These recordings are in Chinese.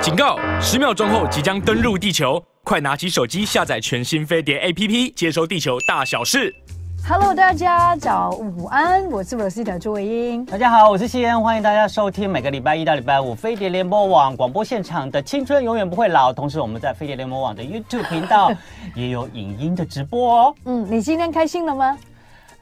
警告！十秒钟后即将登陆地球，快拿起手机下载全新飞碟 APP，接收地球大小事。 Hello，大家早午安，我是 Rosita 朱伟英。大家好，我是西恩，欢迎大家收听每个礼拜一到礼拜五飞碟联播网广播现场的《青春永远不会老》。同时，我们在飞碟联播网的 YouTube 频道也有影音的直播哦。嗯，你今天开心了吗？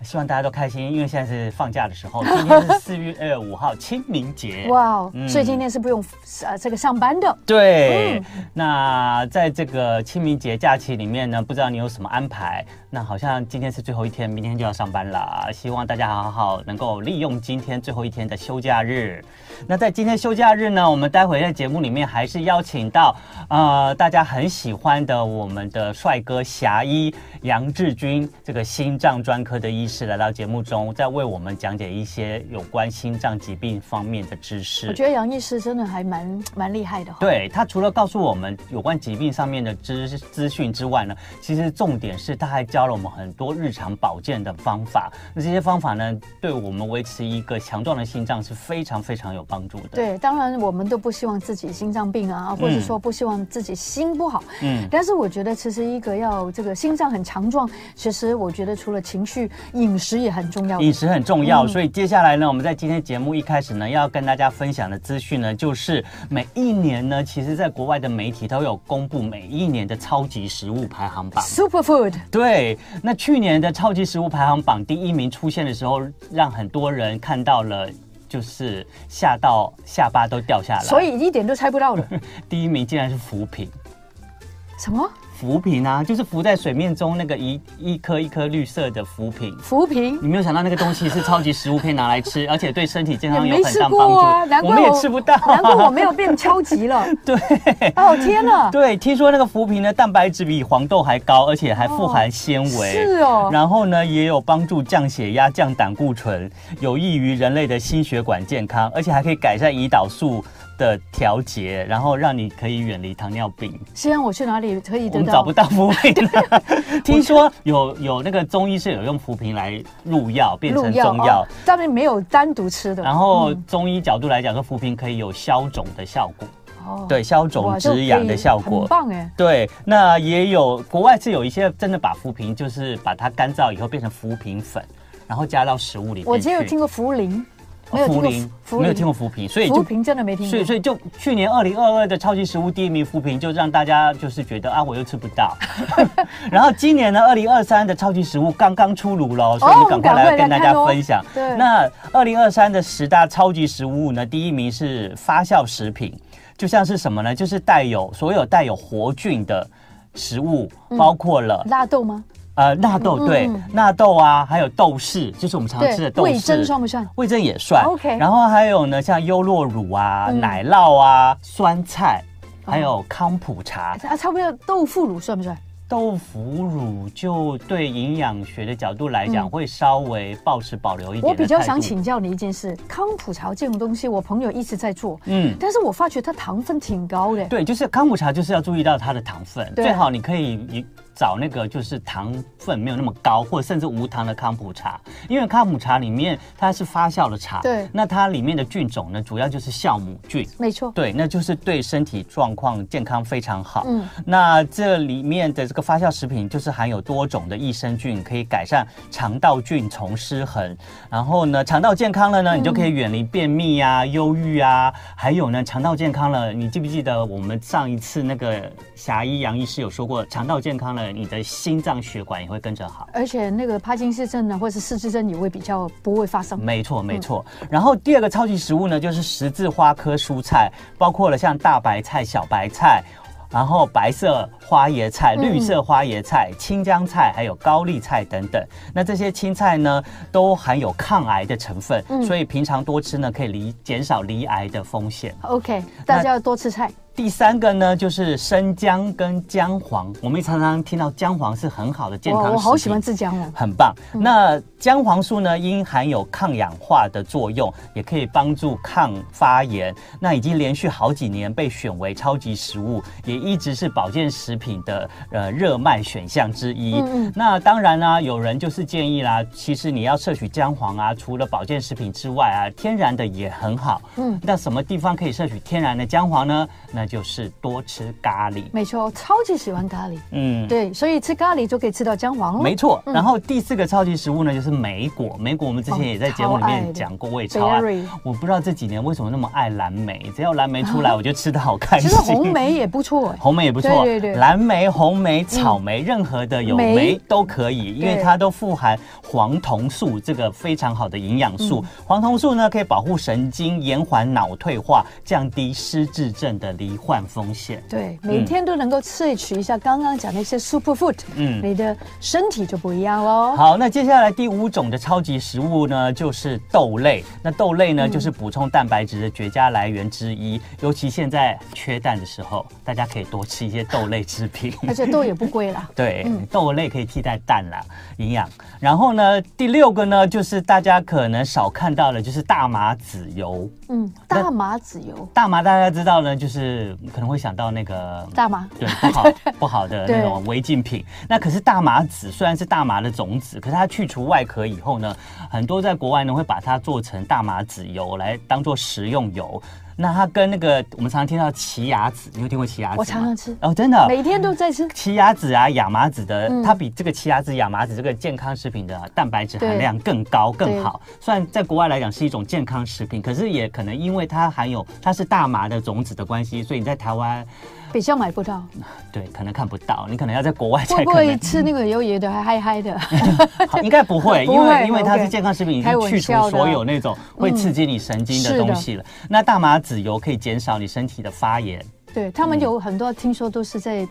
希望大家都开心，因为现在是放假的时候，今天是四月二五号清明节。哇、哦嗯所以今天是不用呃这个上班的。对，那在这个清明节假期里面呢，不知道你有什么安排？那好像今天是最后一天，明天就要上班啦。希望大家好好能够利用今天最后一天的休假日。那在今天休假日呢，我们待会在节目里面还是邀请到呃大家很喜欢的我们的帅哥侠医杨志军这个心脏专科的医师来到节目中，在为我们讲解一些有关心脏疾病方面的知识。我觉得杨医师真的还蛮蛮厉害的哈。对他除了告诉我们有关疾病上面的资资讯之外呢，其实重点是他还教了我们很多日常保健的方法。那这些方法呢，对我们维持一个强壮的心脏是非常非常有帮助的。，对，当然我们都不希望自己心脏病啊，或者嗯说不希望自己心不好。嗯，但是我觉得，其实一个要这个心脏很强壮，其实我觉得除了情绪，饮食也很重要。饮食很重要，嗯所以接下来呢，我们在今天节目一开始呢，要跟大家分享的资讯呢，就是每一年呢，其实在国外的媒体都有公布每一年的超级食物排行榜。 Superfood，对，那去年的超级食物排行榜第一名出现的时候，让很多人看到了。就是吓到下巴都掉下来，所以一点都猜不 到的。第一名竟然是浮萍。什么浮萍啊，就是浮在水面中那个一一颗一颗绿色的浮萍。扶贫？你没有想到那个东西是超级食物，可以拿来吃，而且对身体健康也有没很吃大帮助。过啊难怪我们也我吃不到、难怪我没有变超级了。 对哦天哪！对，听说那个浮萍的蛋白质比黄豆还高，而且还富含纤维。是哦然后呢，也有帮助降血压、降胆固醇，有益于人类的心血管健康，而且还可以改善胰岛素的调节，然后让你可以远离糖尿病。西安，我去哪里可以我得们找到不？到浮萍 了。听说有有那个中医是有用浮萍来入药，变成中药。哦当然没有单独吃的。然后中医角度来讲，说浮萍可以有消肿的效果，哦对，消肿哇这个止痒可的以效果很。棒哎。对，那也有国外是有一些真的把浮萍，就是把它干燥以后变成浮萍粉，然后加到食物里面去。我只有听过茯苓，没有听哦茯过苓，茯没有苓，听过浮萍，所以茯就。苓真的没听所以，过。所以就去年二零二二的超级食物第一名浮萍，就让大家就是觉得啊，我又吃不 到。然后今年呢，二零二三的超级食物刚刚出炉喽，所以我们赶快来跟大家分我享。哦们赶快来看哦对那二零二三的十大超级食物呢，第一名是发酵食品，就像是什么呢？就是带有所有带有活菌的食物，嗯包括了纳豆吗？呃，纳豆嗯对嗯，纳豆啊，还有豆豉，就是我们常吃的豆味噌豉。算不算？味噌也算 OK 然后还有呢，像优酪乳啊、嗯哦奶酪啊、酸菜，还有康普茶、啊，差不多豆腐乳算不算？豆腐乳，就对营养学的角度来讲，嗯会稍微保持保留一点的我比较态想度，请教你一件事，康普茶这种东西，我朋友一直在做，嗯，但是我发觉它糖分挺高的。对，就是康普茶就是要注意到它的糖分，对最好你可以找那个就是糖分没有那么高，或者甚至无糖的康普茶，因为康普茶里面它是发酵的茶，对那它里面的菌种呢，主要就是酵母菌。没错，对，那就是对身体状况健康非常好。嗯那这里面的这个发酵食品就是含有多种的益生菌，可以改善肠道菌虫失衡。然后呢，肠道健康了呢，你就可以远离便秘啊、忧郁啊。还有呢，肠道健康了，你记不记得我们上一次那个侠医杨医师有说过，肠道健康了，你的心脏血管也会跟着好。而且那个帕金氏症呢，啊或者是失智症也会比较不会发生。没错，没错。然后第二个超级食物呢，就是十字花科蔬菜，包括了像大白菜、小白菜。然后白色花椰菜、嗯绿色花椰菜、青江菜，还有高丽菜等等。那这些青菜呢，都含有抗癌的成分，嗯所以平常多吃呢，可以离减少离癌的风险。 OK，大家要多吃菜。第三个呢，就是生姜跟姜黄。我们常常听到姜黄是很好的健我康食品，我好喜欢吃姜哦。很棒。那姜黄素呢，因含有抗氧化的作用，也可以帮助抗发炎。那已经连续好几年被选为超级食物，也一直是保健食品的呃热卖选项之一。嗯嗯那当然啦、有人就是建议啦，其实你要摄取姜黄啊，除了保健食品之外啊，天然的也很好。嗯那什么地方可以摄取天然的姜黄呢？那那就是多吃咖喱。没错，我超级喜欢咖喱，嗯，对，所以吃咖喱就可以吃到姜黄没喽。错，嗯然后第四个超级食物呢，就是莓果。莓果我们之前也在节目哦里面讲过，我也超爱 berry。我不知道这几年为什么那么爱蓝莓，只要蓝莓出来，我就吃的好开其心。实红莓也不错哎， 红莓也不错，对对对蓝莓、红莓、草莓，任何的有莓莓都可以，因为对它都富含黄酮素这个非常好的营养素。嗯黄酮素呢，可以保护神经，延缓脑退化，降低失智症的罹患风险。对，每天都能够摄取一下刚刚讲那些 super food，嗯你的身体就不一样 喽。好，那接下来第五种的超级食物呢，就是豆类。那豆类呢，就是补充蛋白质的绝佳来源之一，尤其现在缺蛋的时候，大家可以多吃一些豆类制品。，而且豆也不贵啦 对，豆类可以替代蛋啦，营养。然后呢，第六个呢，就是大家可能少看到的，就是大麻籽油。嗯，那大麻籽油，大麻大家知道呢，就是可能会想到那个大麻，对，不 好不好的那种违禁品。那可是大麻籽虽然是大麻的种子，可是它去除外壳以后呢，很多在国外呢会把它做成大麻籽油来当做食用油。那它跟那个我们常常听到奇亚籽，你有听过奇亚籽吗？我常常吃哦，真的，每天都在吃。奇亚籽啊、亚麻籽的，嗯它比这个奇亚籽、亚麻籽这个健康食品的蛋白质含对量更高、更对好。虽然在国外来讲是一种健康食品，可是也可能因为它含有它是大麻的种子的关系，所以你在台湾比较买不 到，对可能看不到，你可能要在国外才会不可 会能。吃那个油也的还嗨嗨 的？嗯好应该不会，不因为会因为它是 OK 健康食品，已开经玩去除笑的所有那种会刺激你神经的是的东西了。那大麻籽油可以减少你身体的发炎，对他们有很多听说都是在，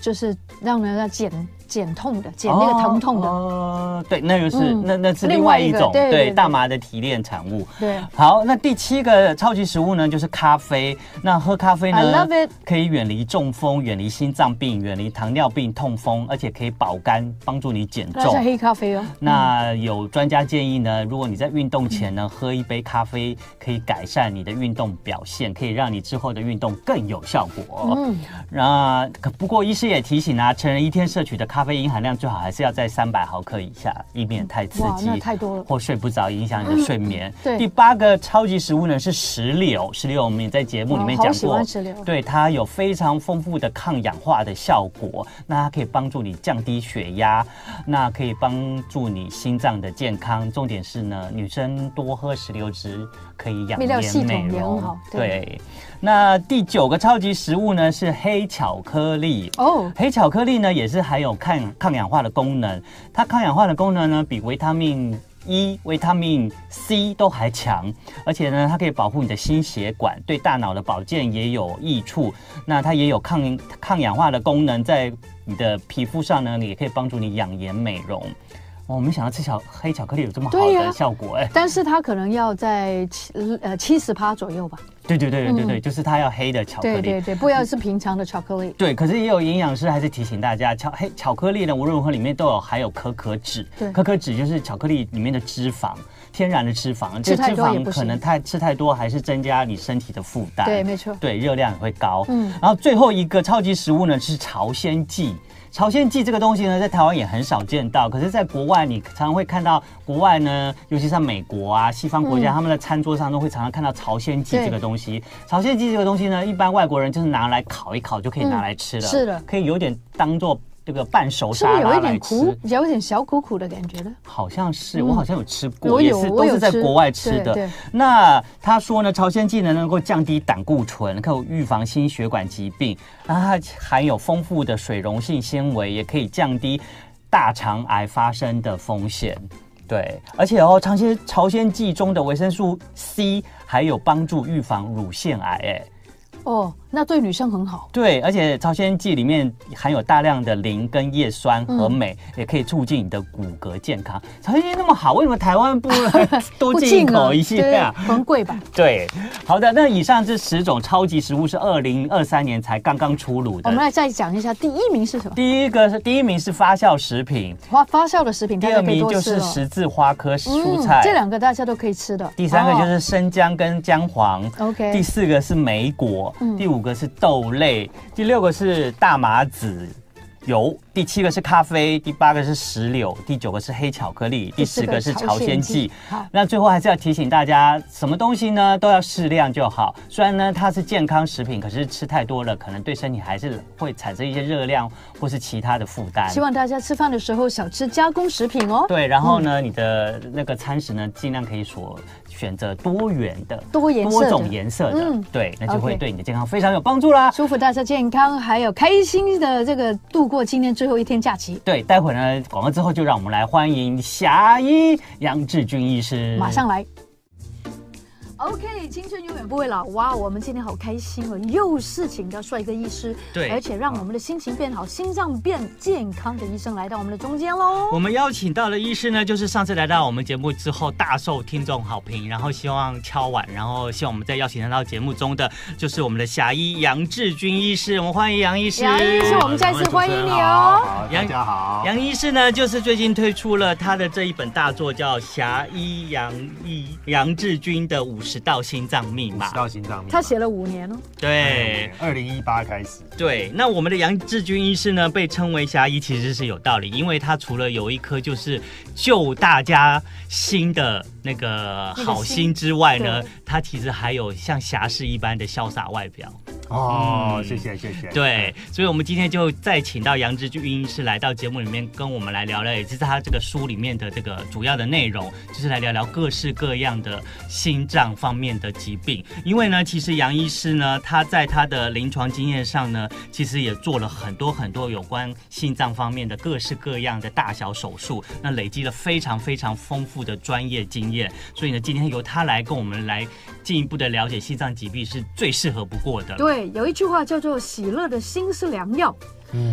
就是让人家减减痛的，减那个疼痛的。哦，对，那就是、嗯那那是另另外外一一个种对对对大麻的提炼产物。对，好，那第七个超级食物呢，就是咖啡。那喝咖啡 I 呢 love it 可以远离中风、远离心脏病、远离糖尿病、痛风，而且可以保肝，帮助你减那是重。黑咖啡哦。那有专家建议呢，如果你在运动前呢，喝一杯咖啡，可以改善你的运动表现，可以让你之后的运动更有效果。嗯，那可不过医师也提醒啊，成人一天摄取的咖啡因含量最好还是要在三百毫克以下，以免太刺哇激，那太多了嗯或睡不着，影响你的睡眠。对第八个超级食物呢是石榴，石榴我们也在节目里面哇讲好喜过欢，石榴对它有非常丰富的抗氧化的效果，那它可以帮助你降低血压，那可以帮助你心脏的健康。重点是呢，女生多喝石榴汁可以养泌尿系颜统美也容很好，对对。那第九个超级食物呢是黑巧克力哦黑巧克力呢也是含有抗抗氧化的功能，它抗氧化的功能呢比维他命。E、维他命 C 都还强，而且呢，它可以保护你的心血管，对大脑的保健也有益处。那它也有抗抗氧化的功能，在你的皮肤上呢，也可以帮助你养颜美容。哦，我没想到吃巧黑巧克力有这么好对呀的效果哎、但是它可能要在七呃七十趴左右吧。对对对对对对，嗯就是它要黑的巧克对力。对对，不要是平常的巧克力。对，可是也有营养师还是提醒大家，巧黑巧克力呢，无论如何里面都有含有可可脂对，可可脂就是巧克力里面的脂肪，天然的脂肪，吃这太脂多也肪不行可能太吃太多还是增加你身体的负担，对没错对，热量也会高。嗯嗯，然后最后一个超级食物呢是朝鲜蓟。朝鲜蓟这个东西呢，在台湾也很少见到，可是，在国外你常常会看到，国外呢，尤其像美国啊、西方国家，他们的餐桌上都会常常看到朝鲜蓟嗯对这个东西。朝鲜蓟这个东西呢，一般外国人就是拿来烤一烤就可以拿来吃了，嗯是的可以有点当做这个半熟是沙不是有拉一来点吃苦，，有一点小苦苦的感觉呢？好像是，我好像有吃过，我也有是我都是有在吃国外吃对的对。那他说呢，朝鲜蓟呢能够降低胆固醇，可以预防心血管疾病，然后它含有丰富的水溶性纤维，也可以降低大肠癌发生的风险。对，而且哦，朝鲜朝鲜蓟中的维生素 C 还有帮助预防乳腺癌，哎，哦，那对女生很好。对，而且朝鲜蓟里面含有大量的磷跟叶酸嗯和镁，也可以促进你的骨骼健康。朝鲜蓟那么好，为什么台 湾不多进口一些啊？对很贵 吧？对，好的，那以上这十种超级食物是二零二三年才刚刚出炉我们的。来再讲一下，第一名是什么？第一个是第一名是发酵食品，发发酵的食品，第大二家可以名多就吃是了。十字花科蔬嗯菜，这两个大家都可以吃的。第三个就哦是生姜跟姜黄、 OK 第四个是莓果，嗯第五个是豆类，第六个是大麻籽油，第七个是咖啡，第八个是石榴，第九个是黑巧克力，第十个是朝鲜蓟。好，那最后还是要提醒大家，什么东西呢都要适量就好。虽然呢它是健康食品，可是吃太多了，可能对身体还是会产生一些热量或是其他的负担。希望大家吃饭的时候少吃加工食品哦，对，然后呢，你的那个餐食呢，尽量可以所选择多元的、多颜色多的种颜色的，嗯对，那就会 OK 对你的健康非常有帮助 啦。祝福大家健康，还有开心的这个度过今天最后一天假期。对，待会儿呢，广告之后就让我们来欢迎侠医杨志军医嗯师，马上来。OK，青春永远不会老哇！我们今天好开心哦，又是请到帅哥医师，对而且让我们的心情变好、心脏变健康的医生来到我们的中间喽。我们邀请到的医师呢，就是上次来到我们节目之后大受听众好评，然后希望敲碗，然后希望我们再邀请到节目中的就是我们的侠医杨志军医师，我们欢迎杨医师。杨医师，我们再次欢迎你哦。好，杨大家好。杨医师呢，就是最近推出了他的这一本大作，叫《侠医杨医杨志军的五十道心脏密五码十》。道心脏病，他写了五年哦，对，二零一八开始，对，那我们的杨志军医师呢，被称为侠医，其实是有道理，因为他除了有一颗就是救大家心的那那个个好心心之外呢对，他其实还有像侠士一般的潇洒外表。哦嗯，谢谢谢谢。对，所以我们今天就再请到杨志军医师来到节目里面，跟我们来聊聊，也就是他这个书里面的这个主要的内容，就是来聊聊各式各样的心脏方面的疾病。因为呢，其实杨医师呢，他在他的临床经验上呢，其实也做了很多很多有关心脏方面的各式各样的大小手术，那累积了非常非常丰富的专业经验。所以呢，今天由他来跟我们来进一步的了解心脏疾病是最适合不过的了。对，有一句话叫做“喜乐的心是良药”，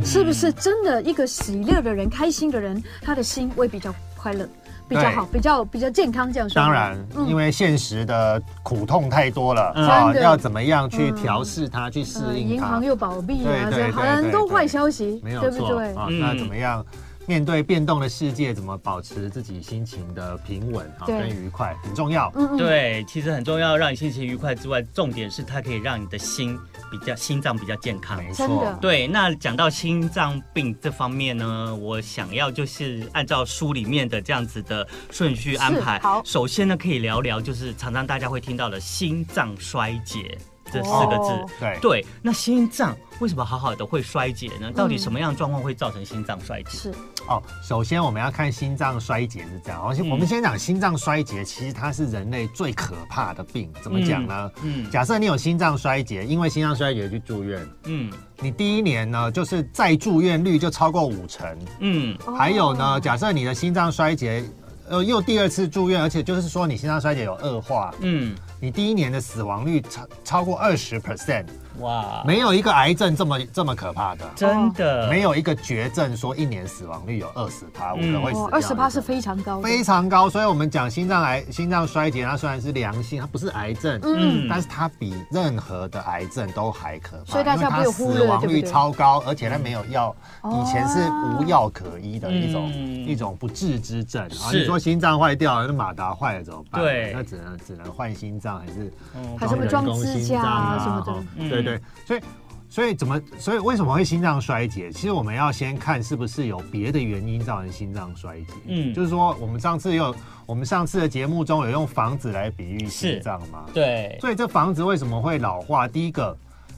是不是真的？一个喜乐的人、开心的人，他的心会比较快乐，比较对好，比较比较健康。这样说吗，当然，嗯因为现实的苦痛太多了嗯啊，真的要怎么样去调试它，去适呃应银它行，又保密啊，对这对对很多对坏消息，没有对不错对？啊。嗯那怎么样面对变动的世界，怎么保持自己心情的平稳啊，对跟愉快很重要。嗯嗯。对，其实很重要，让你心情愉快之外，重点是它可以让你的心比较心脏比较健康没。嗯真的错，对，那讲到心脏病这方面呢，我想要就是按照书里面的这样子的顺序安排。是好首先呢，可以聊聊就是常常大家会听到的心脏衰竭这四个字。哦对对，那心脏为什么好好的会衰竭呢？到底什么样的状况会造成心脏衰竭？是哦，首先我们要看心脏衰竭是这样。我先嗯我们先讲心脏衰竭，其实它是人类最可怕的病。怎么讲呢？嗯假设你有心脏衰竭，因为心脏衰竭去住院，嗯你第一年呢就是再住院率就超过五成。嗯哦还有呢，假设你的心脏衰竭，呃，又第二次住院，而且就是说你心脏衰竭有恶化，嗯，你第一年的死亡率超超过二十 percent，哇，没有一个癌症这么这么可怕的。真的没有一个绝症说一年死亡率有二十趴，五嗯个会死掉哦，的。二十八是非常高的，非常高，所以我们讲心脏癌、心脏衰竭，它虽然是良性，它不是癌症，嗯嗯但是它比任何的癌症都还可怕，所以大家因为它不要忽略死亡对率不对超高，而且它没有药，哦以前是无药可医的一种、嗯一种不治之症啊。是你说心脏坏掉了，那马达坏了怎么办？对那只能只能换心脏，还是嗯还是会装人工支心架脏啊啊什么的哦嗯对对，所以。所以怎么？所以为什么会心脏衰竭？其实我们要先看是不是有别的原因造成心脏衰竭。嗯就是说我们上次有，我们上次的节目中有用房子来比喻心脏吗？对，所以这房子为什么会老化？第一个，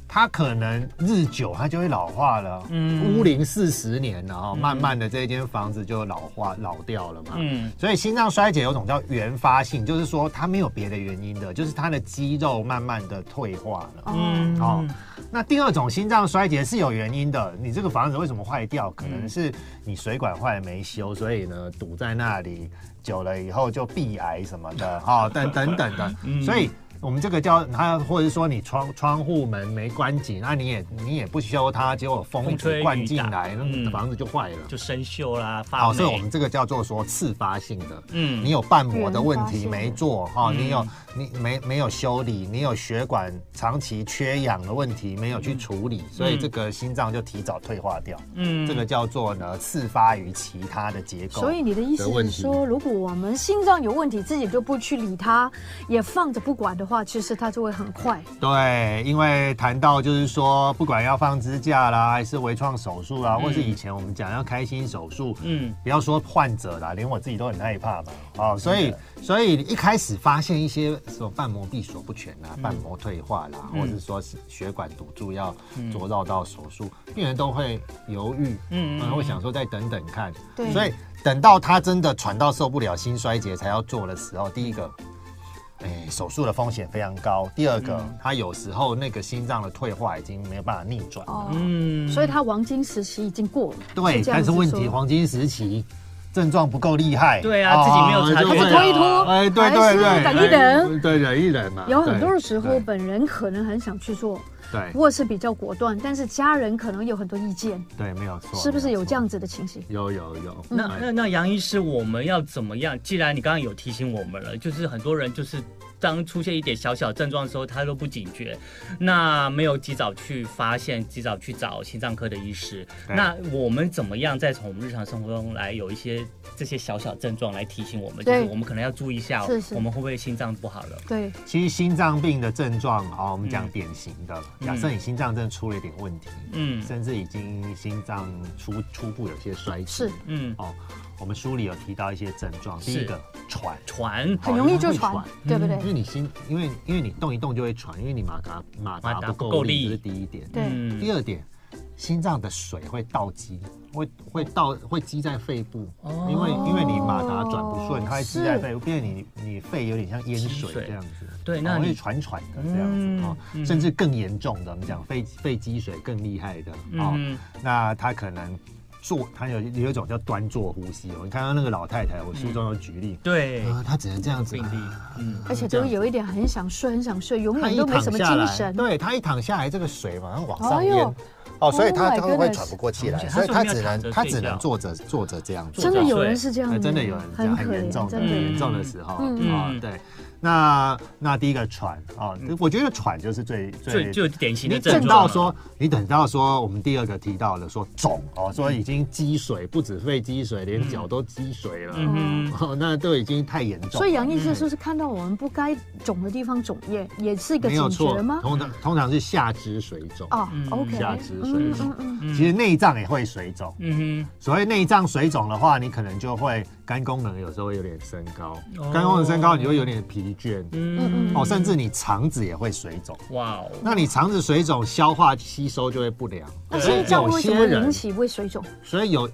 它可能日久它就会老化了，嗯嗯，屋龄四十年了哦，嗯慢慢的这一间房子就老化老掉了嘛。嗯所以心脏衰竭有种叫原发性，就是说它没有别的原因的，就是它的肌肉慢慢的退化了。嗯，哦，那第二种心脏衰竭是有原因的，你这个房子为什么坏掉？可嗯能是你水管坏了没修，所以呢堵在那里久了以后就壁癌什么 的，哈、哦，等等等的，嗯所以。我们这个叫它，或者说你窗窗户门没关紧，那你也你也不修它，结果风一风吹直雨灌进打来，嗯那房子就坏了。就生锈啦，发好，霉。所以我们这个叫做说次发性的，嗯你有瓣膜的原问发题性没的做哈、嗯你有你没没有修理，你有血管长期缺氧的问题没有去处理，所以这个心脏就提早退化掉，嗯这个叫做呢次发于其他的结构。所以你的意思的是问题说，如果我们心脏有问题，自己都不去理它，也放着不管的的话，其实它就会很快。对，因为谈到就是说，不管要放支架啦，还是微创手术啦，或是以前我们讲要开心手术，嗯嗯，不要说患者啦，连我自己都很害怕嘛。哦，所以所以一开始发现一些什么瓣膜闭锁不全啦、瓣膜退化啦，或者说是血管堵住要做绕道手术，病人都会犹豫，嗯嗯，嗯会想说再等等看。对所以等到他真的喘到受不了、心衰竭才要做的时候，第一个。哎，手术的风险非常高。第二个，嗯他有时候那个心脏的退化已经没有办法逆转。哦，嗯所以它黄金时期已经过了。对，这样但是子问说题黄金时期症状不够厉害。对啊自己没有察就觉会到拖一拖，哎，对还对是对，等一等。哎，对忍一忍嘛。有很多对的时候，本人可能很想去做，对或是比较果断，但是家人可能有很多意见，对，没有错。是不是没有错这？样嗯子的情形？有有有。那哎那那杨医师，我们要怎么样？既然你刚刚有提醒我们了，就是很多人就是当出现一点小小症状的时候，他都不警觉，那没有及早去发现，及早去找心脏科的医师。对那我们怎么样再从我们日常生活中来有一些这些小小症状来提醒我们，就对是我们可能要注意一下哦，是是我们会不会心脏不好了？对，其实心脏病的症状，好，我们讲嗯典型的。假设你心脏真的出了一点问题，嗯甚至已经心脏初初步有些衰竭。是嗯，哦，我们书里有提到一些症状，第是一个喘，传很容易就好传因为会，嗯对不对因？为你心，因为因为你动一动就会喘，因为你马达马马达达不不够够力力，这是第一点。对嗯第二点，心脏的水会倒积，会会倒会积在肺部，哦因为因为你马达转不顺，它会积在是肺部，变成你你肺有点像淹积水水这样子，对哦那你会喘喘的这样嗯子哦嗯，甚至更严重的，我们讲肺肺积水更厉害的哦，嗯那他可能坐，他有有一种叫端坐呼吸哦。你看到那个老太太，我书中有举例，对啊，她只能这样子病例啊，，嗯而且都有一点很想睡，很想睡，永她远一都没躺什么下精来，神。对她一躺下来，这个水马上往哎上呦淹。哦，所以 Oh 她 my 她会 goodness 喘不过气来，她所以她只她为什么要躺着能她睡觉只能坐着坐着这样子。真的对有人是这样哎的，真的有人这样很很可严重怜，的，真很的。严重的时候啊、嗯嗯对。那那第一个喘啊、哦我觉得喘就是最最就典型的你症等状到了说，你等到说，我们第二个提到的说肿哦，说已经积水，不止肺积水，连脚都积水了，嗯 哦，那都已经太严重了。所以杨医师是不是看到我们不该肿的地方肿液，也是一个没有警错觉吗，？通常通常是下肢水肿，哦嗯，OK，下肢水嗯肿嗯嗯，其实内脏也会水肿。嗯所谓内脏水肿的话，你可能就会肝功能有时候会有点升高哦，肝功能升高，你就会有点疲倦，哼嗯哦，甚至你肠子也会水肿。哇哦，那你肠子水肿，消化吸收就会不良。那所以心脏有为什些么引人，起胃水肿？所以有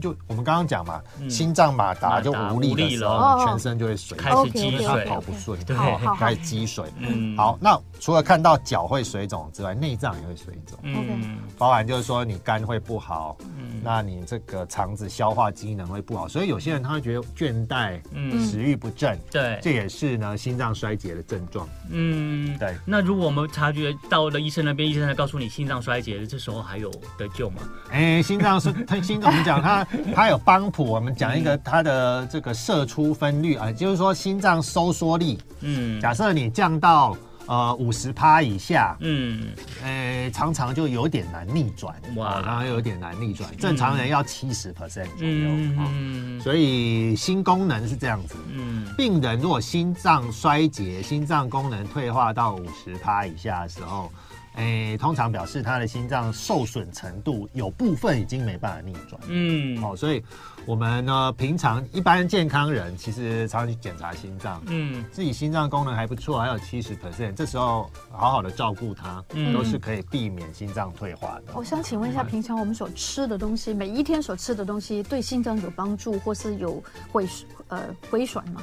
就我们刚刚讲嘛，心脏马达就无力的时马达无力了候，你全身就会水开肿，始积因为它水，跑不顺，对哦好好好开始积水。嗯好，那除了看到脚会水肿之外，内脏也会水肿，嗯包含就是说你肝会不好，那你这个肠子消化机能会不好，所以有些人他会觉得倦怠、嗯食欲不振，对，这也是呢心脏衰竭的症状。嗯对那如果我们察觉到了医生那边，医生才告诉你心脏衰竭，这时候还有得救吗？哎、心脏是它心，我们讲它它有帮谱，我们讲一个它的这个射出分率啊、就是说心脏收缩力，嗯假设你降到呃五十趴以下，嗯呃、常常就有点难逆转，哇哇，常常有点难逆转，正常人要七十 percent 左右啊、嗯所以心功能是这样子。嗯病人如果心脏衰竭、心脏功能退化到五十趴以下的时候，诶、通常表示他的心脏受损程度有部分已经没办法逆转。嗯哦，所以我们呢，平常一般健康人其实常常去检查心脏，嗯自己心脏功能还不错，还有七十 percent，这时候好好的照顾它，嗯都是可以避免心脏退化的。我哦想请问一下，平常我们所吃的东西，每一天所吃的东西，对心脏有帮助，或是有回呃回旋吗？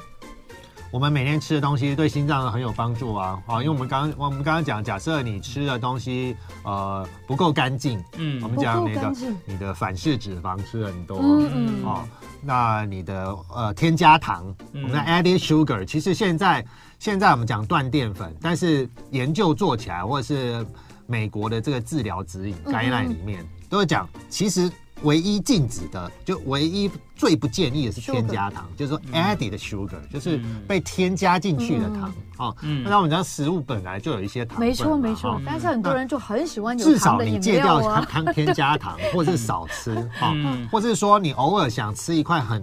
我们每天吃的东西对心脏很有帮助啊，啊、因为我们刚我们刚刚讲，假设你吃的东西呃不够干净，我嗯们讲不够你的干净你的反式脂肪吃很多，嗯嗯，哦，那你的呃添加糖，我们的 added sugar，其实现在现在我们讲断淀粉，但是研究做起来，或者是美国的这个治疗指引 guideline 里嗯面都会讲，其实唯一禁止的，就唯一最不建议的是添加糖，就是嗯说 added sugar，就是被添加进去的糖。哦，嗯那我们讲食物本来就有一些糖嗯分嘛，没错没错哦。但是很多人就很喜欢有至糖少的你饮戒掉料 糖啊， 糖添加糖，或是少吃啊、嗯或是说你偶尔想吃一块很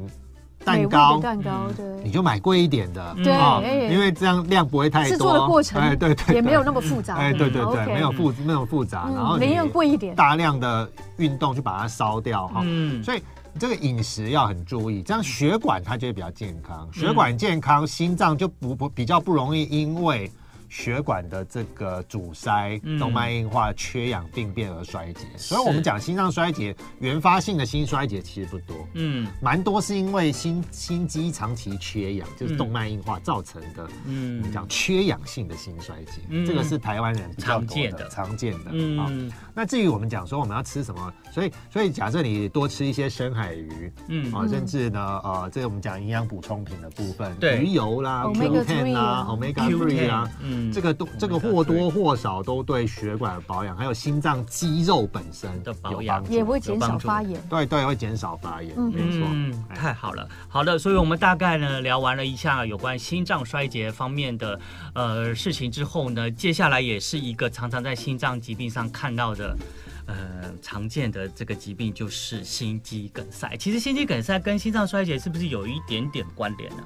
美蛋味糕嗯的，蛋糕，对你。就买贵一点的，对，啊哎因为这样量不会太多。制作的过程哎，对对对， 也没有那么复杂。嗯哎，对对对， OK 没有复没有复杂，然后嗯，你宁愿贵一点。大量的运动去把它烧掉哈。嗯，所以这个饮食要很注意，这样血管它就会比较健康，嗯血管健康，心脏就不不比较不容易因为血管的这个阻塞、嗯动脉硬化、缺氧病变而衰竭。所以是我们讲心脏衰竭，原发性的心衰竭其实不多。嗯蛮多是因为心心肌长期缺氧，就是嗯动脉硬化造成的，嗯，讲缺氧性的心衰竭，嗯这个是台湾人比较多的常见的。啊、嗯那至于我们讲说我们要吃什么，所以所以假设你多吃一些深海鱼嗯啊，甚至呢呃，这个我们讲营养补充品的部分，对鱼油啦、 Omega Q10 啦、Omega Q10 3啦。嗯啊这个多这个或多或少都对血管的保养，还有心脏肌肉本身的保有养帮助，也会减有少帮助发炎。对对会减少发炎，嗯没错。嗯，哎太好了，好的，所以我们大概呢聊完了一下有关心脏衰竭方面的呃事情之后呢，接下来也是一个常常在心脏疾病上看到的。呃，常见的这个疾病就是心肌梗塞。其实心肌梗塞跟心脏衰竭是不是有一点点关联呢、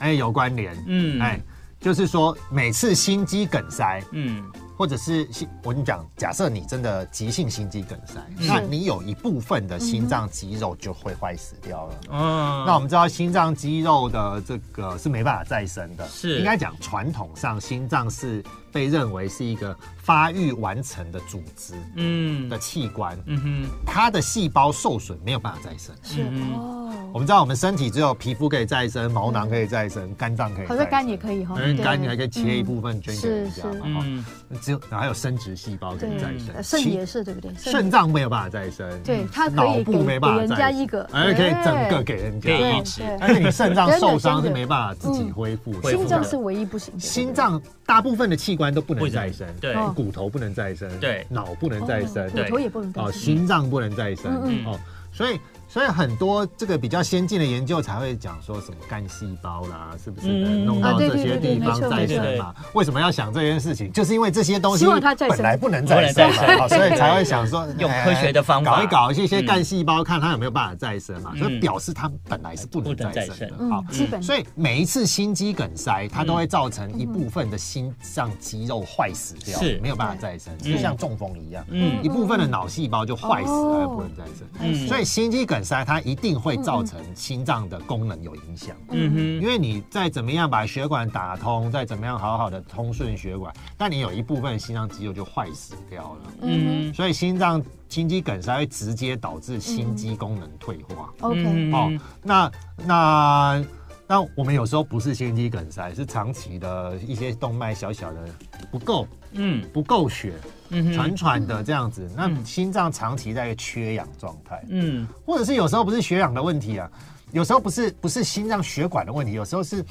哎、有关联，嗯，哎、就是说每次心肌梗塞，嗯，或者是心，我跟你讲，假设你真的急性心肌梗塞，嗯那你有一部分的心脏肌肉就会坏死掉了。哦，那我们知道心脏肌肉的这个是没办法再生的，是应该讲传统上心脏是被认为是一个发育完成的组织嗯的器官，嗯哼，它的细胞受损没有办法再生。是嗯哦，我们知道我们身体只有皮肤可以再生，毛囊可以再生，肝脏可以再好生，像肝也可以哈，因为哦对肝你还可以切一部分捐给人家是嘛，嗯哈只有然后还有生殖细胞可以再对，呃生，肾其也是对不对？肾也脏没有办法再生，对嗯它可以脑部给没办给法人再家生一个而可以对整个给人家，可以对一直对而且你肾脏真的受伤真是的嗯没办法自己哎恢复的，恢复心的脏是唯一不行的，心脏大部分的器官都不能再生，对哦骨头不能再生，对脑不能再生，哦骨对头也不能再哦，生。心脏不能再生嗯嗯哦，所以所以很多这个比较先进的研究才会讲说什么干细胞啦，是不是能嗯弄啊到对这对些对对地方没错再没生错嘛？为什么要想这件事情？就是因为这些东西希望它再生本来不能再生不能再生嘛，哦所以才会想说哎用科学的方法搞一搞这些干细胞，看它有没有办法再生嘛。嗯所以表示它本来是不能不能再再生的。嗯好，，基本所以每一次心肌梗塞，它都会造成一部分的心脏肌肉坏死掉，是没有办法再生，嗯就像中风一样，嗯一部分的脑细胞就坏死哦而不能再生。嗯所以心肌梗塞它一定会造成心脏的功能有影响，嗯因为你再怎么样把血管打通，再怎么样好好的通顺血管，但你有一部分心脏肌肉就坏死掉了，哼，嗯所以心脏心肌梗塞会直接导致心肌功能退化。嗯 OK，哦，那那那我们有时候不是心肌梗塞，是长期的一些动脉小小的不够嗯不够血，嗯喘喘的这样子，那嗯心脏长期在一个缺氧状态，嗯或者是有时候不是血氧的问题啊。有时候不是不是心脏血管的问题，有时候是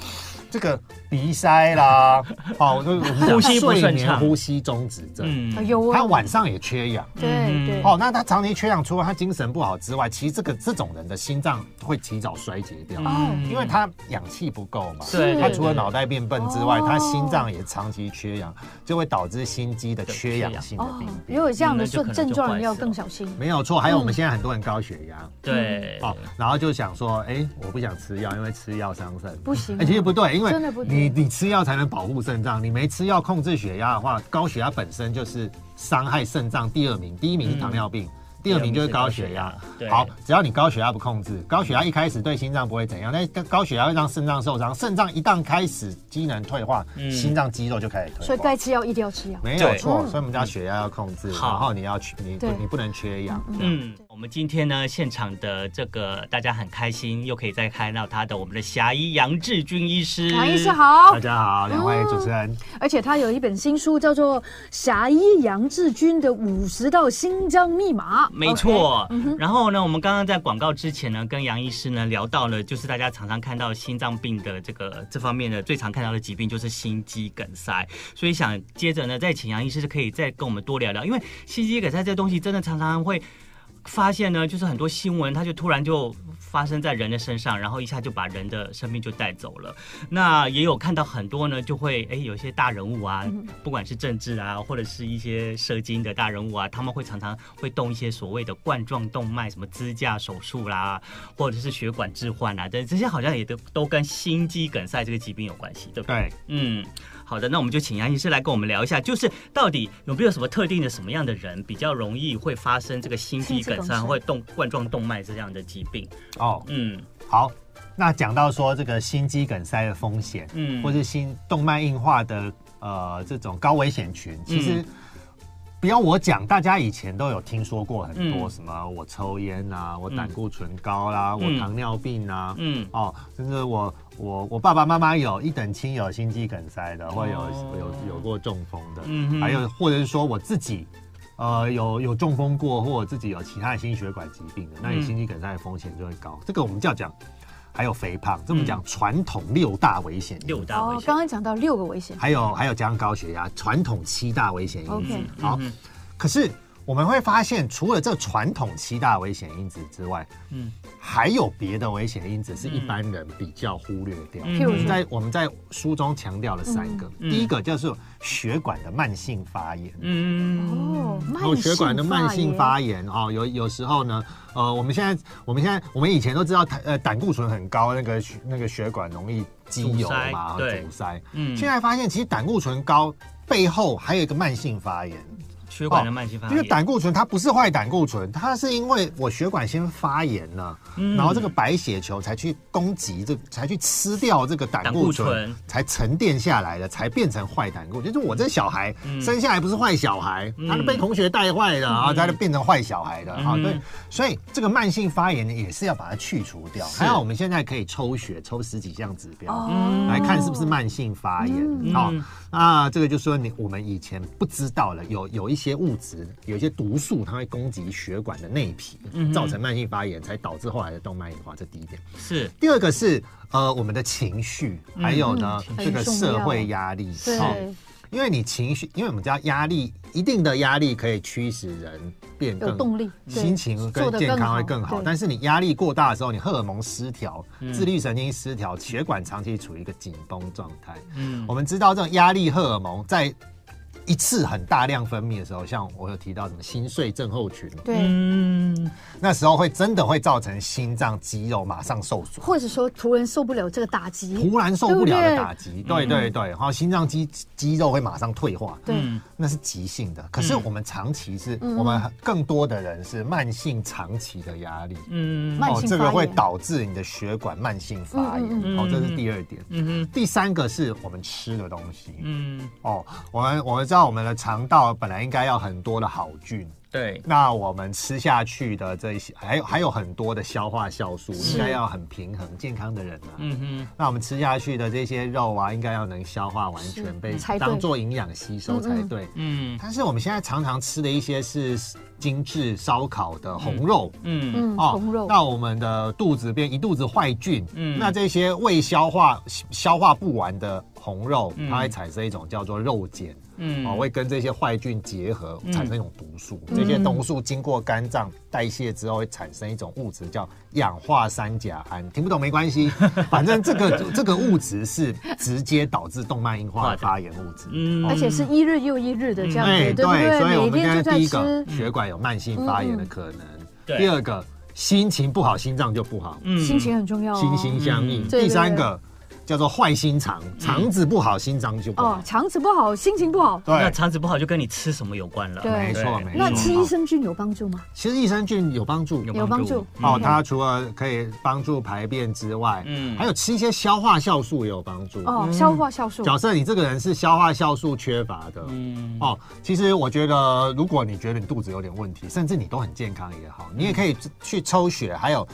这个鼻塞 啦，哦，就是我们讲呼吸不顺睡眠畅呼吸中止症，啊嗯，有他哦，晚上也缺氧，对对，哦，那他长期缺氧，除了他精神不好之外，其实这个这种人的心脏会提早衰竭掉，哦因为他氧气不够嘛。对他除了脑袋变笨之外，哦他心脏也长期缺氧，就会导致心肌的缺氧性的哦嗯病，如变。果有这样的那就可症症能状，就坏你要死更了小心。没有错，还有我们现在很多人高血压，对，哦，然后就想说，哎，我不想吃药，因为吃药伤肾。不行啊哎，其实不对，因为真的不对你你吃药才能保护肾脏，你没吃药控制血压的话，高血压本身就是伤害肾脏第二名，第一名是糖尿病，嗯第二名就是高血压。对好，只要你高血压不控制，高血压一开始对心脏不会怎样，但是高血压会让肾脏受伤，肾脏一旦开始机能退化，嗯心脏肌肉就开始退化。所以该吃药一定要吃药。没有错，对所以我们叫血压要控制，然好后你要去，你不对你不能缺氧。嗯，我们今天呢，现场的这个大家很开心，又可以再看到他的我们的侠医杨志军医师。杨医师，好大，家好，两位主持人，而且他有一本新书叫做《侠医杨志军的五十道新疆密码》，没错。嗯然后呢，我们刚刚在广告之前呢，跟杨医师呢聊到了，就是大家常常看到心脏病的这个这方面的最常看到的疾病就是心肌梗塞，所以想接着呢，再请杨医师可以再跟我们多聊聊，因为心肌梗塞这东西真的常常会。发现呢，就是很多新闻，它就突然就发生在人的身上，然后一下就把人的生命就带走了。那也有看到很多呢，就会哎，有一些大人物啊，不管是政治啊，或者是一些社经的大人物啊，他们会常常会动一些所谓的冠状动脉什么支架手术啦，或者是血管置换啊，等这些好像也都都跟心肌梗塞这个疾病有关系，对不对？对，嗯，好的，那我们就请杨医师来跟我们聊一下，就是到底有没有什么特定的什么样的人比较容易会发生这个心肌梗心肌梗塞塞或者动冠状动脉这样的疾病？哦，嗯好。那讲到说这个心肌梗塞的风险，嗯，或是心动脉硬化的呃这种高危险群，嗯其实不要我讲，大家以前都有听说过很多嗯什么我抽烟啊，我胆固醇高啦、我糖尿病啊，嗯哦，甚至我我我爸爸妈妈有一等亲有心肌梗塞的，或有、哦有有过中风的，嗯哼还有或者是说我自己。呃，有有中风过，或者自己有其他的心血管疾病的，那你嗯心肌梗塞的风险就会高。这个我们就要讲，还有肥胖，这么讲传统六大危险因嗯素六大危哦，险刚，刚讲到六个危险还有还有加上高血压，传统七大危险因子。 ，OK，好，嗯可是我们会发现，除了这传统七大危险因子之外，嗯还有别的危险因子是一般人比较忽略掉。嗯譬如我们说，在我们在书中强调了三个，嗯第一个就是血管的慢性发炎。嗯哦，慢然后性血管的慢性炎，发炎哦，有有时候呢，呃，我们现在我们现在我们以前都知道，呃，胆固醇很高，那个血那个血管容易积油嘛，啊阻塞对阻塞。嗯，现在发现，其实胆固醇高背后还有一个慢性发炎，血管的慢性发因为炎，胆固醇它不是坏胆固醇，它是因为我血管先发炎了，嗯然后这个白血球才去攻击这，才去吃掉这个胆固醇，胆固醇才沉淀下来的，才变成坏胆固醇。就是我这小孩、嗯生下来不是坏小孩，嗯他是被同学带坏的，然后嗯他就变成坏小孩的。啊、嗯对，所以这个慢性发炎呢，也是要把它去除掉。还好我们现在可以抽血，抽十几项指标。哦嗯来看是不是慢性发炎嗯哦嗯，那这个就说你我们以前不知道了，有有一些物质，有一些毒素，它会攻击血管的内皮，嗯造成慢性发炎，才导致后来的动脉硬化。这第一点。是第二个是呃我们的情绪，还有呢、嗯这个很重社要会压力，对，因为你情绪，因为我们知道压力，一定的压力可以驱使人变有更动力，对心情做跟得健康会更好，对嗯但是你压力过大的时候，你荷尔蒙失调、自律神经失调，血管长期处于一个紧绷状态。嗯我们知道这种压力荷尔蒙在一次很大量分泌的时候，像我有提到什么心碎症候群，对，嗯那时候会真的会造成心脏肌肉马上受损。或者说突然受不了这个打击，突然受不对了不的对嗯打击，对对对，然后心脏肌肌肉会马上退化，对，嗯那是急性的。可是我们长期是，嗯我们更多的人是慢性长期的压力，嗯慢性哦这个发会炎导致你的血管慢性发炎，嗯嗯嗯哦，这是第二点。嗯第三个是我们吃的东西，嗯，哦，我们我们知道我们的肠道本来应该要很多的好菌，对，那我们吃下去的这一些，还有还有很多的消化酵素，应该要很平衡，健康的人啊。嗯哼，那我们吃下去的这些肉啊，应该要能消化完是全，被才对嗯当做营养吸收才对。嗯但是我们现在常常吃的一些是精致烧烤的红肉，嗯嗯，哦红肉，啊那我们的肚子变一肚子坏菌，嗯那这些未消化消化不完的红肉，它会产生一种叫做肉碱，嗯哦，会跟这些坏菌结合，产生一种毒素。这些毒素经过肝脏代谢之后，会产生一种物质叫氧化三甲胺。听不懂没 关系，反正这个这个物质是直接导致动脉硬化的发炎物质。嗯，而且是一日又一日的这样哎，子，对不对？所以我每们天刚就才在第一个吃，嗯血管有慢性发炎的可能，对第二个心情不好，心脏就不好，嗯心情很重要哦，心心相印。对嗯第三个叫做坏心肠，肠子不好，心脏就不哦好，。肠子不好，心情不好，那对，嗯肠子不好就跟你吃什么有关了，对没错对没错。那吃益生菌有帮助吗？其实益生菌有帮助，有帮助哦，嗯它除了可以帮助排便之外，嗯嗯，还有吃一些消化酵素也有帮助。哦，消化酵素，假设你这个人是消化酵素缺乏的，嗯哦，其实我觉得，如果嗯你觉得你肚子有点问题，甚至你都很健康也好，你也可以去抽血，还有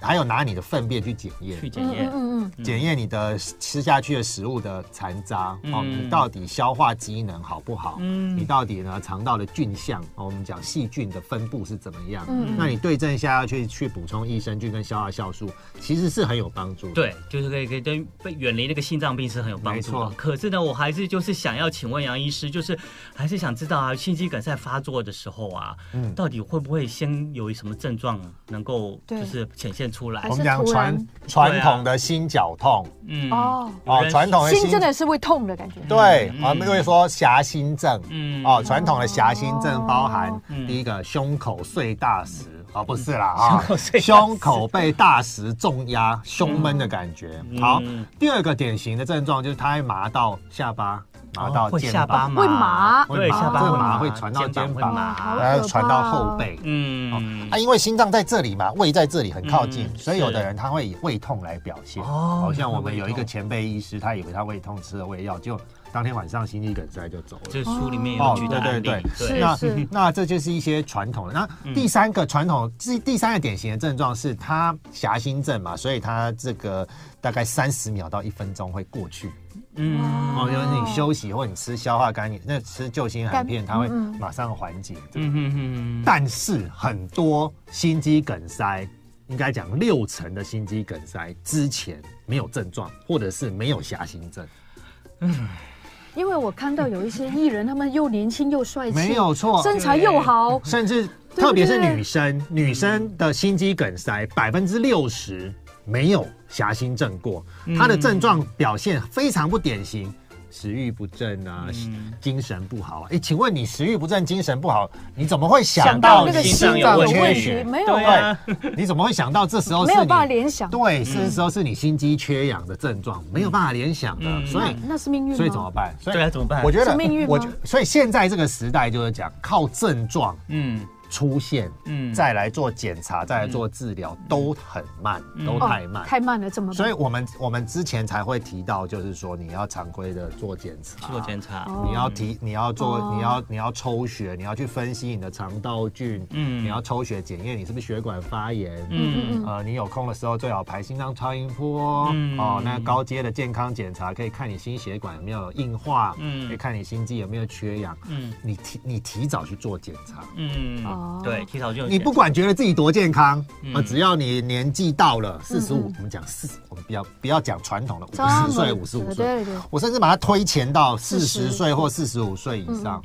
还有拿你的粪便去检验，去检嗯验嗯。嗯嗯，检验你的吃下去的食物的残渣，哦，嗯你到底消化机能好不好？嗯你到底呢肠道的菌相，哦，我们讲细菌的分布是怎么样？嗯那你对症下药去去补充益生菌跟消化酵素，其实是很有帮助的。对，就是可以可以对被远离那个心脏病是很有帮没助错的。可是呢，我还是就是想要请问杨医师，就是还是想知道啊，心肌梗塞发作的时候啊，嗯到底会不会先有什么症状能够对就是显现出来还我？是们讲突然传传统的心绞痛嗯，哦，有人哦，传统的心真的是会痛的感觉。对，嗯我们会说狭心症。嗯哦，传统的狭心哦症包含嗯第一个胸口碎大石，哦不是啦啊嗯口碎大石，胸口被大石重压，胸闷的感觉。嗯好，第二个典型的症状就是它会麻到下巴，麻到哦会肩下巴膀，麻，会麻对，下巴这个会麻会传到肩肩会膀好麻，哦然后传到后背。嗯啊，，因为心脏在这里嘛，胃在这里很靠近，嗯所以有的是人他会以胃痛来表现。哦好像我们胃痛有一个前辈医师，他以为他胃痛吃了胃药，就当天晚上心肌梗塞就走了。这书里面有举的哦案例对对，是那 那这就是一些传统的。嗯那第三个传统，第第三个典型的症状是他狭心症嘛，所以他这个大概三十秒到一分钟会过去。嗯哦，因为你休息或你吃消化甘碱，那吃救心含片，甘它会嗯嗯马上缓解。嗯哼哼哼，但是很多心肌梗塞，应该讲六成的心肌梗塞之前没有症状，或者是没有狭心症，因为我看到有一些艺人，他们又年轻又帅气，没有嗯错。身材又好，甚至对特别是女生，女生的心肌梗塞百分之六十没有狭心症过，嗯她的症状表现非常不典型。食欲不振啊，嗯精神不好啊。哎、请问你食欲不振、精神不好，你怎么会想想到到那个心心脏脏有有缺问血题，？没有对啊，啊，你怎么会想到这时候是没你有办法联想。对，是时候是你心肌缺氧的症状，没有办法联想的，嗯啊所以那是命运吗？所以怎么办？所以对啊，怎么办？我觉得是命运吗我觉所以现在这个时代就是讲靠症状嗯出现，嗯再来做检查，再来做治疗，都很慢，嗯都哦太慢。太慢了，怎么办？所以我们我们之前才会提到，就是说你要常规的做检查，做检查，你要提，你要做，哦你要你要抽血，你要去分析你的肠道菌，嗯你要抽血检验你是不是血管发炎，嗯嗯嗯呃，你有空的时候最好排心脏超音波、嗯哦。那高阶的健康检查可以看你心血管有没有硬化，嗯可以看你心肌有没有缺氧。嗯你提你提早去做检查，嗯哦，对，提早就有你检不管觉得自己多健康，嗯呃，只要你年纪到了四十嗯五，我们讲四，我们不要不要讲传统的这么五十岁、五十五岁，对对，我甚至把它推前到四十40岁或四十五岁以上，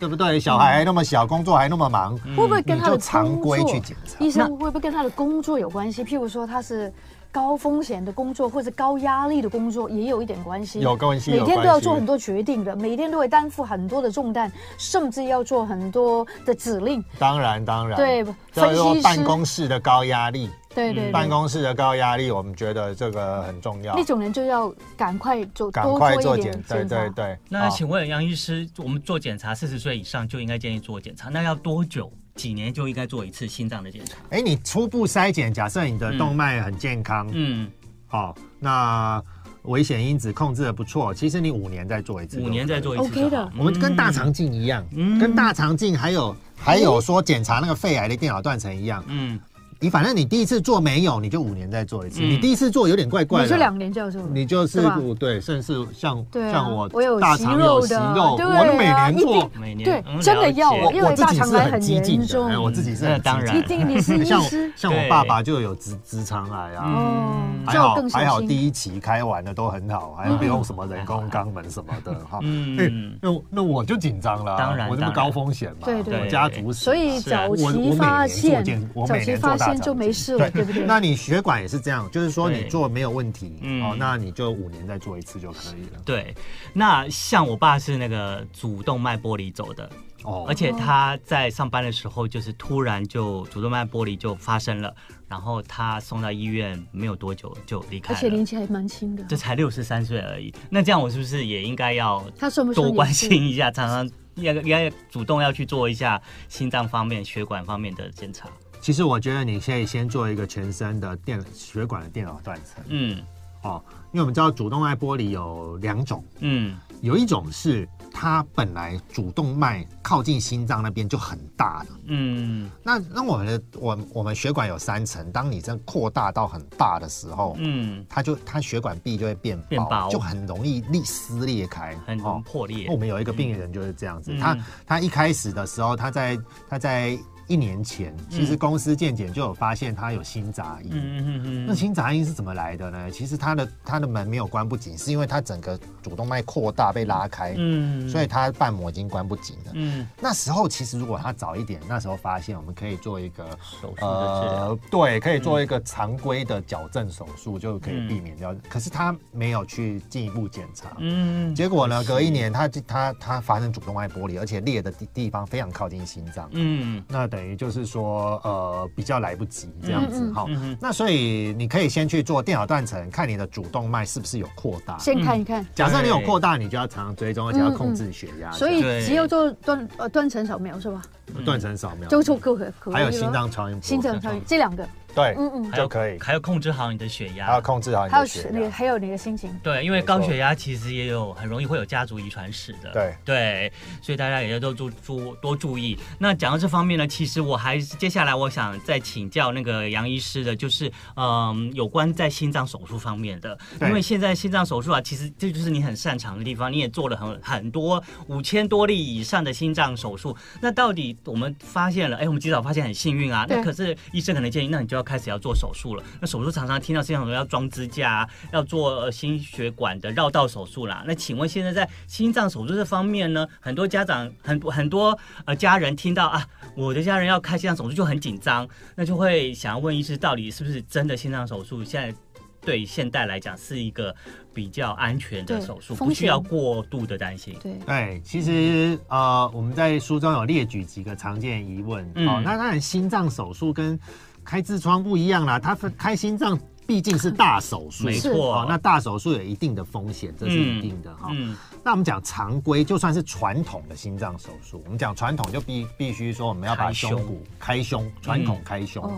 对不对？小孩还那么小，工作还那么忙，嗯会不会跟嗯你他就的常工规去作？检查。医生会不会跟他的工作有关系？譬如说他是高风险的工作或者高压力的工作，也有一点关系。有关系每有天都关要系做很多决定的，每天都会担负很多的重担，甚至要做很多的指令。当然，当然，对叫分做析师办公室的高压力，对对嗯办对，公室的高压力，我们觉得这个很重要那，种人就要赶快做，赶多快做做一检点，对检对查。对。那哦请问杨医师，我们做检查，四十岁以上就应该建议做检查，那要多久？几年就应该做一次心脏的检查？哎，你初步筛检，假设你的动脉很健康，嗯，哦，那危险因子控制的不错，其实你五年再做一次，嗯五年再做一次就 OK 的好我们跟大肠镜一样，嗯跟大肠镜还有还有说检查那个肺癌的电脑断层一样，嗯，你反正你第一次做没有，你就五年再做一次，嗯你第一次做有点怪怪的，你是两年就要做了，你就是对吧不对，甚至像对啊像我，我有大息肠肉有的息肉，对我每啊年一做定，每年对嗯，真的了解要，我因我为自大己肠是癌很很激进严的，重哎，，我自己是那很当激然 进一的定你是医像我师，像我对嗯爸爸就有直直肠癌啊。哦，就还要好更小还好，心。第一期开完的都很好，还不用什么人工肛门什么的哈。嗯嗯，那我那我就紧张了啊，当然我那么当然高风险嘛，对对我对家族史嘛，所以是啊早我我每期年发做现健，我早每期年发做大现就肠没镜事了，对不对？那你血管也是这样，就是说你对做没有问题，嗯哦，那你就五年再做一次就可以了。对。那像我爸是那个主动脉剥离走的，哦，而且他在上班的时候，就是突然就主动脉剥离就发生了，然后他送到医院没有多久就离开而了，且年纪还蛮轻的，这才六十三岁而已。那这样我是不是也应该要他算不算多年关轻心一啊下，常常要要主动要去做一下心脏方面、血管方面的检查？其实我觉得你可以先做一个全身的电血管的电脑断层嗯哦，因为我们知道主动脉剥离有两种，嗯有一种是它本来主动脉靠近心脏那边就很大了。嗯那那我们的我我们血管有三层，当你真扩大到很大的时候，嗯，它就它血管壁就会变薄，变薄就很容易裂撕裂开，哦很容易破裂我。们有一个病人就是这样子，嗯他他一开始的时候，他在他在一年前，其实公司健检就有发现他有心杂音。嗯嗯嗯那心杂音是怎么来的呢？其实他的他的门没有关不紧，是因为他整个主动脉扩大被拉开，嗯所以他瓣膜已经关不紧了。嗯那时候其实如果他早一点，那时候发现，我们可以做一个手术的治呃疗，对，可以做一个常规的矫正手术，就可以避免掉。可是他没有去进一步检查，嗯，结果呢，隔一年他就他他发生主动脉剥离，而且裂的地地方非常靠近心脏。嗯那等于就是说，呃，比较来不及这样子嗯嗯哈、嗯哼那所以你可以先去做电脑断层，看你的主动脉是不是有扩大。先看一看。假设你有扩大，你就要常常追踪，而嗯且要控制血压。所以对只有做断呃断层扫描是吧？嗯断层扫描，就做够可可以还有了心脏超音波，心脏超音这两个，对，嗯嗯，就可以，还要控制好你的血还要压。控制好你还有的是血你压。还有你的心情，对，因为嗯没错高血压其实也有很容易会有家族遗传史的。对对，所以大家也要多注注多注意。那讲到这方面呢，其实我还是接下来我想再请教那个杨医师的，就是嗯，有关在心脏手术方面的，对因为现在心脏手术啊，其实这就是你很擅长的地方，你也做了很很多五千多例以上的心脏手术。那到底我们发现了，哎，我们及早发现很幸运啊。那对可是医生可能建议，那你就要开始要做手术了。那手术常常听到心脏手术要装支架、啊，要做、呃心血管的绕道手术啦。那请问现在在心脏手术这方面呢，很多家长很很多呃家人听到啊，我的家人要开心脏手术就很紧张，那就会想要问医师，到底是不是真的心脏手术现在？对现代来讲是一个比较安全的对手术，风不需险要过度的担心。对，对，其实呃，我们在书中有列举几个常见疑问。嗯哦，那当然心脏手术跟开痔疮不一样啦，它分开心脏毕竟是大手术，没是错，嗯哦，那大手术有一定的风险，这是一定的哈、嗯那我们讲常规，就算是传统的心脏手术，我们讲传统就必必须说我们要把开胸胸骨开胸，传统开胸、哦，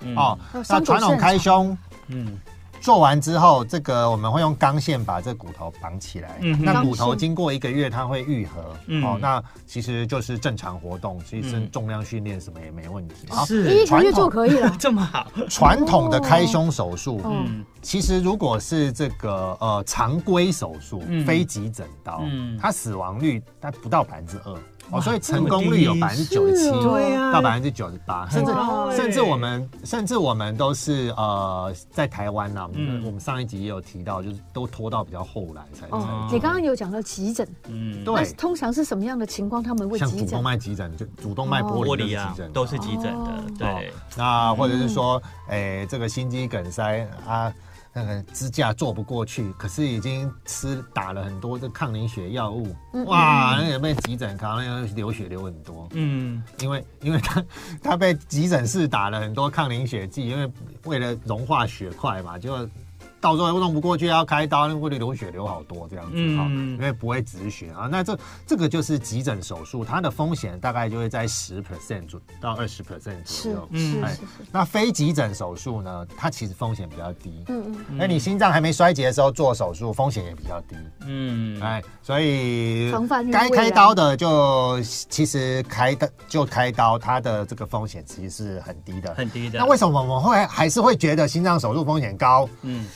嗯哦嗯。那伤口传统是很开长胸 嗯做完之后，这个我们会用钢线把这骨头绑起来。嗯哼那骨头经过一个月，它会愈合。嗯哦，那其实就是正常活动，其实嗯重量训练什么也没问题。第一是，个月就可以了这么好，传统的开胸手术，哦嗯其实如果是这个呃常规手术，嗯非急诊刀，嗯它死亡率它不到百分之二。哇哦，所以成功率有这么百低分之九十七是哦对啊到百分之九十八，甚至高欸甚至我们甚至我们都是呃在台湾呐、我们嗯我们上一集也有提到，就是都拖到比较后来才才哦做，你刚刚有讲到急诊，嗯，对那通常是什么样的情况他们会像急主诊动？脉急诊就主动脉剥玻离璃就是啊急诊，都是急诊的哦，对，那啊或者是说，诶、这个心肌梗塞啊，那个支架做不过去，可是已经吃打了很多的抗凝血药物，哇，那有被急诊扛，那个流血流很多，嗯因为因为 他他被急诊室打了很多抗凝血剂，因为为了融化血块嘛，就。到时候又弄不过去，要开刀，那会流血流好多这样子哈、嗯因为不会止血啊。那这这个就是急诊手术，它的风险大概就会在十 percent 左到二十 percent 左是右。是是哎是，那非急诊手术呢，它其实风险比较低。嗯那、你心脏还没衰竭的时候做手术，风险也比较低。嗯，哎，所以防范于该未开然刀的就其实开的就开刀，它的这个风险其实是很低的。很低的，那为什么我们会还是会觉得心脏手术风险高？嗯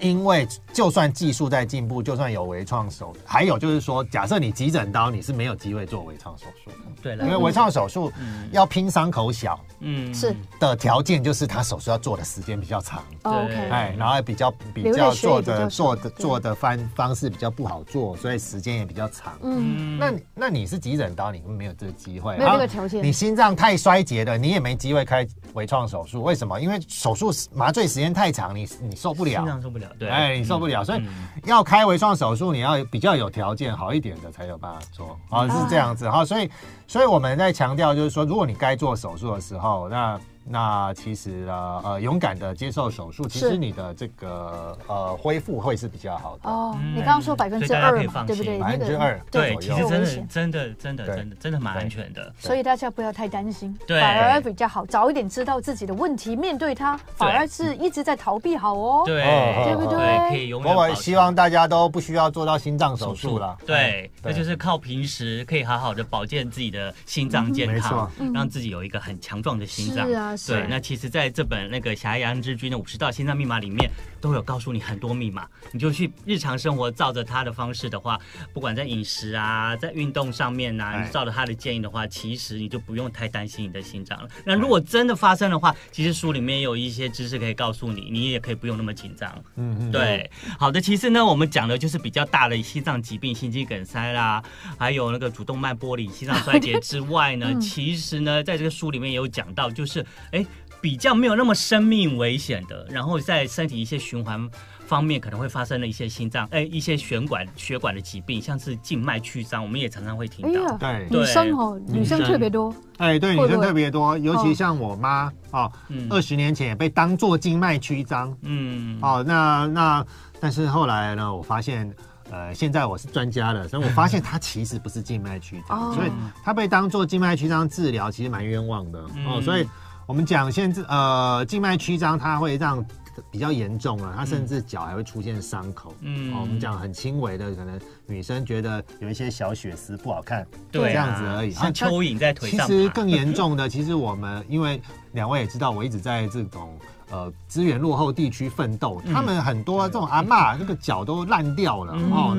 因为就算技术在进步，就算有微创手，还有就是说，假设你急诊刀，你是没有机会做微创手术的，对了，因为微创手术要拼伤口小嗯嗯，是的条件就是他手术要做的时间比较长。哦对 OK，哎，然后比较比流较量学也做比较的少做的对做的方方式比较不好做，所以时间也比较长。嗯，那你那你是急诊刀，你根本没有这个机会，没有这个啊条件你心脏太衰竭了，你也没机会开微创手术。为什么？因为手术时麻醉时间太长，你你受不心了脏。受不了，对，哎，你受不了，所以嗯要嗯开微创手术，你要比较有条件好一点的才有办法做，啊，是这样子哈。所以所以我们在强调就是说，如果你该做手术的时候，那那其实呢，呃，勇敢的接受手术，其是实你的这个呃恢复会是比较好的。哦，嗯你刚刚说百分之所以大家二可以嘛，放对不心对？百分之二对，左其右实不真危的险真的真的对真的真的蛮对安全的。所以大家不要太担心，对反而比较好，早一点知道自己的问题，面对它，反而是一直在逃避好哦。对，哦对不对可以永不远过保我持。希望大家都不需要做到心脏手术了。哎对，那对就是靠平时可以好好的保健自己的心嗯脏健康，让自己有一个很强壮的心脏。嗯是啊是啊对，那其实在这本那个《狭隘安之君》的五十道心脏密码里面，都有告诉你很多密码，你就去日常生活照着他的方式的话，不管在饮食啊，在运动上面呐、哎你照着他的建议的话，其实你就不用太担心你的心脏了。哎那如果真的发生的话，其实书里面也有一些知识可以告诉你，你也可以不用那么紧张。嗯嗯，对，好的，其实呢，我们讲的就是比较大的心脏疾病，心肌梗塞啦，还有那个主动脉剥离、心脏衰竭之外呢，嗯其实呢，在这个书里面也有讲到，就是哎，比较没有那么生命危险的，然后在身体一些循环方面可能会发生的一些心脏哎一些血管血管的疾病，像是静脉曲张，我们也常常会听哎到。呀，对对女生哦，女女生生特别多，哎，对，会女不生会特别多，尤哦其像我妈哦，嗯二十年前也被当做静脉曲张嗯，哦，那那但是后来呢，我发现。呃，现在我是专家了，所以我发现它其实不是静脉曲张，哦所以它被当做静脉曲张治疗，其实蛮冤枉的、哦。嗯所以我们讲现在呃静脉曲张，它会让比较严重啊了，它甚至脚还会出现伤口。嗯哦，我们讲很轻微的，可能女生觉得有一些小血丝不好看，对啊，这样子而已。像啊但蚯蚓在腿上爬。其实更严重的，其实我们因为两位也知道，我一直在这种呃资源落后地区奋斗，他们很多这种阿嬷那个脚都烂掉了、哦，嗯嗯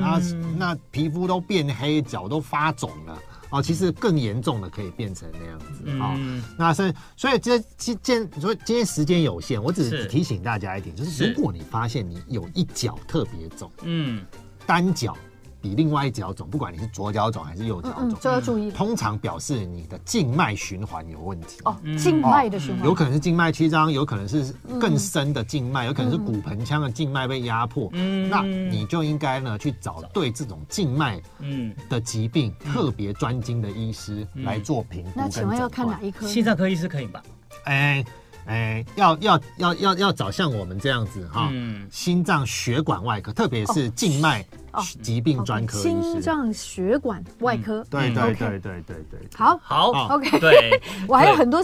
那那皮肤都变黑，脚都发肿了哦。其实更严重的可以变成那样子哦。嗯，那所以，所以这今今所以今天时间有限，我只是是提醒大家一点，就是是如果你发现你有一脚特别肿，嗯，单脚比另外一脚肿，不管你是左脚肿还是右脚嗯肿，嗯，就要注意通常表示你的静脉循环有问题。哦，静脉的循有环。可能是静脉曲张，有可能是嗯更深的静脉，有可能是骨盆腔的静脉被压迫。嗯那你就应该呢去找对这种静脉嗯，的疾病特别专精的医师来做评估嗯那跟诊断。请问要看哪一科？心脏科医师可以吧？哎哎，要要要要要找像我们这样子哈，嗯心脏血管外科，特别是静脉哦疾病专科医心师。脏血管外科。对嗯对 OK 对对对对。好，好、哦 OK 对，我还有对很多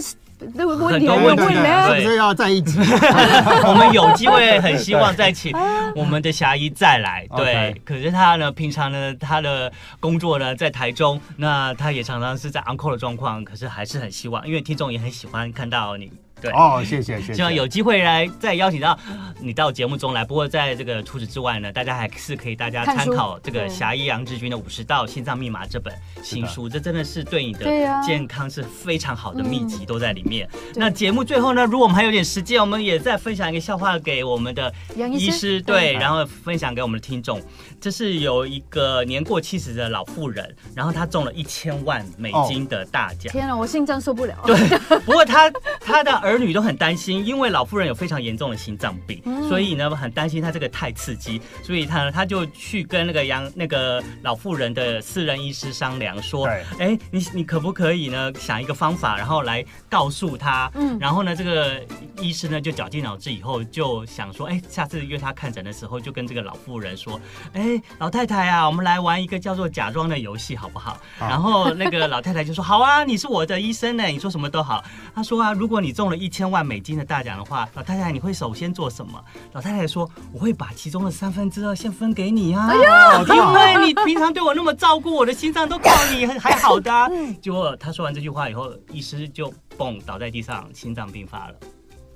那个问很题多还对没对问对呢。是不是要在一起？我们有机会很希望再请我们的霞姨再来。对 OK 可是她呢，平常呢，她的工作呢在台中，那她也常常是在 uncle 的状况，可是还是很希望，因为听众也很喜欢看到你。对。哦，谢谢谢谢。希望有机会来再邀请到你到节目中来。不过在这个除此之外呢，大家还是可以大家看参书考这个对侠医杨志军的《五十道心脏密码》这本新书，这真的是对你的对啊嗯健康是非常好的秘籍，都在里面。那节目最后呢，如果我们还有点时间，我们也再分享一个笑话给我们的杨医医师师，对，然后分享给我们的听众。这是有一个年过七十的老妇人，然后她中了一千万美金的大奖。天啊，我心脏受不了。 不过他他的儿女都很担心，因为老妇人有非常严重的心脏病，所以呢很担心他这个太刺激，所以他呢他就去跟那个杨那个老妇人的私人医师商量说对，哎，你你可不可以呢想一个方法，然后来告诉他，嗯然后呢这个医师呢就绞尽脑汁以后就想说，哎，下次约他看诊的时候就跟这个老妇人说，哎，老太太啊，我们来玩一个叫做假装的游戏好不好？然后那个老太太就说：“好啊，你是我的医生呢，你说什么都好。”她说啊，如果你中了一千万美金的大奖的话，老太太你会首先做什么？老太太说：“我会把其中的三分之二先分给你啊，因为你平常对我那么照顾，我的心脏都靠你，还还好的、啊。”结果她说完这句话以后，医师就蹦倒在地上，心脏病发了。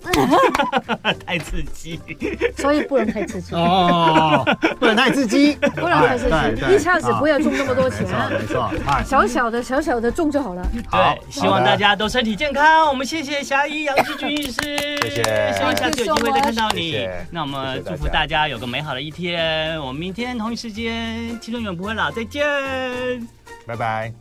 太刺激！所以不能太刺激，哦， 不能太刺激， 哎不能太刺对激，对一下子不要中那么多没错没钱，啊错，哎，小小的小小的中就好了。好对，希望大家都身体健康。我们谢谢霞医杨志军医师，谢谢希望下次有机会再看到你。谢谢那我们谢谢祝大福家大家有个美好的一天。我们明天同一时间，青春永远不会老，再见。拜拜。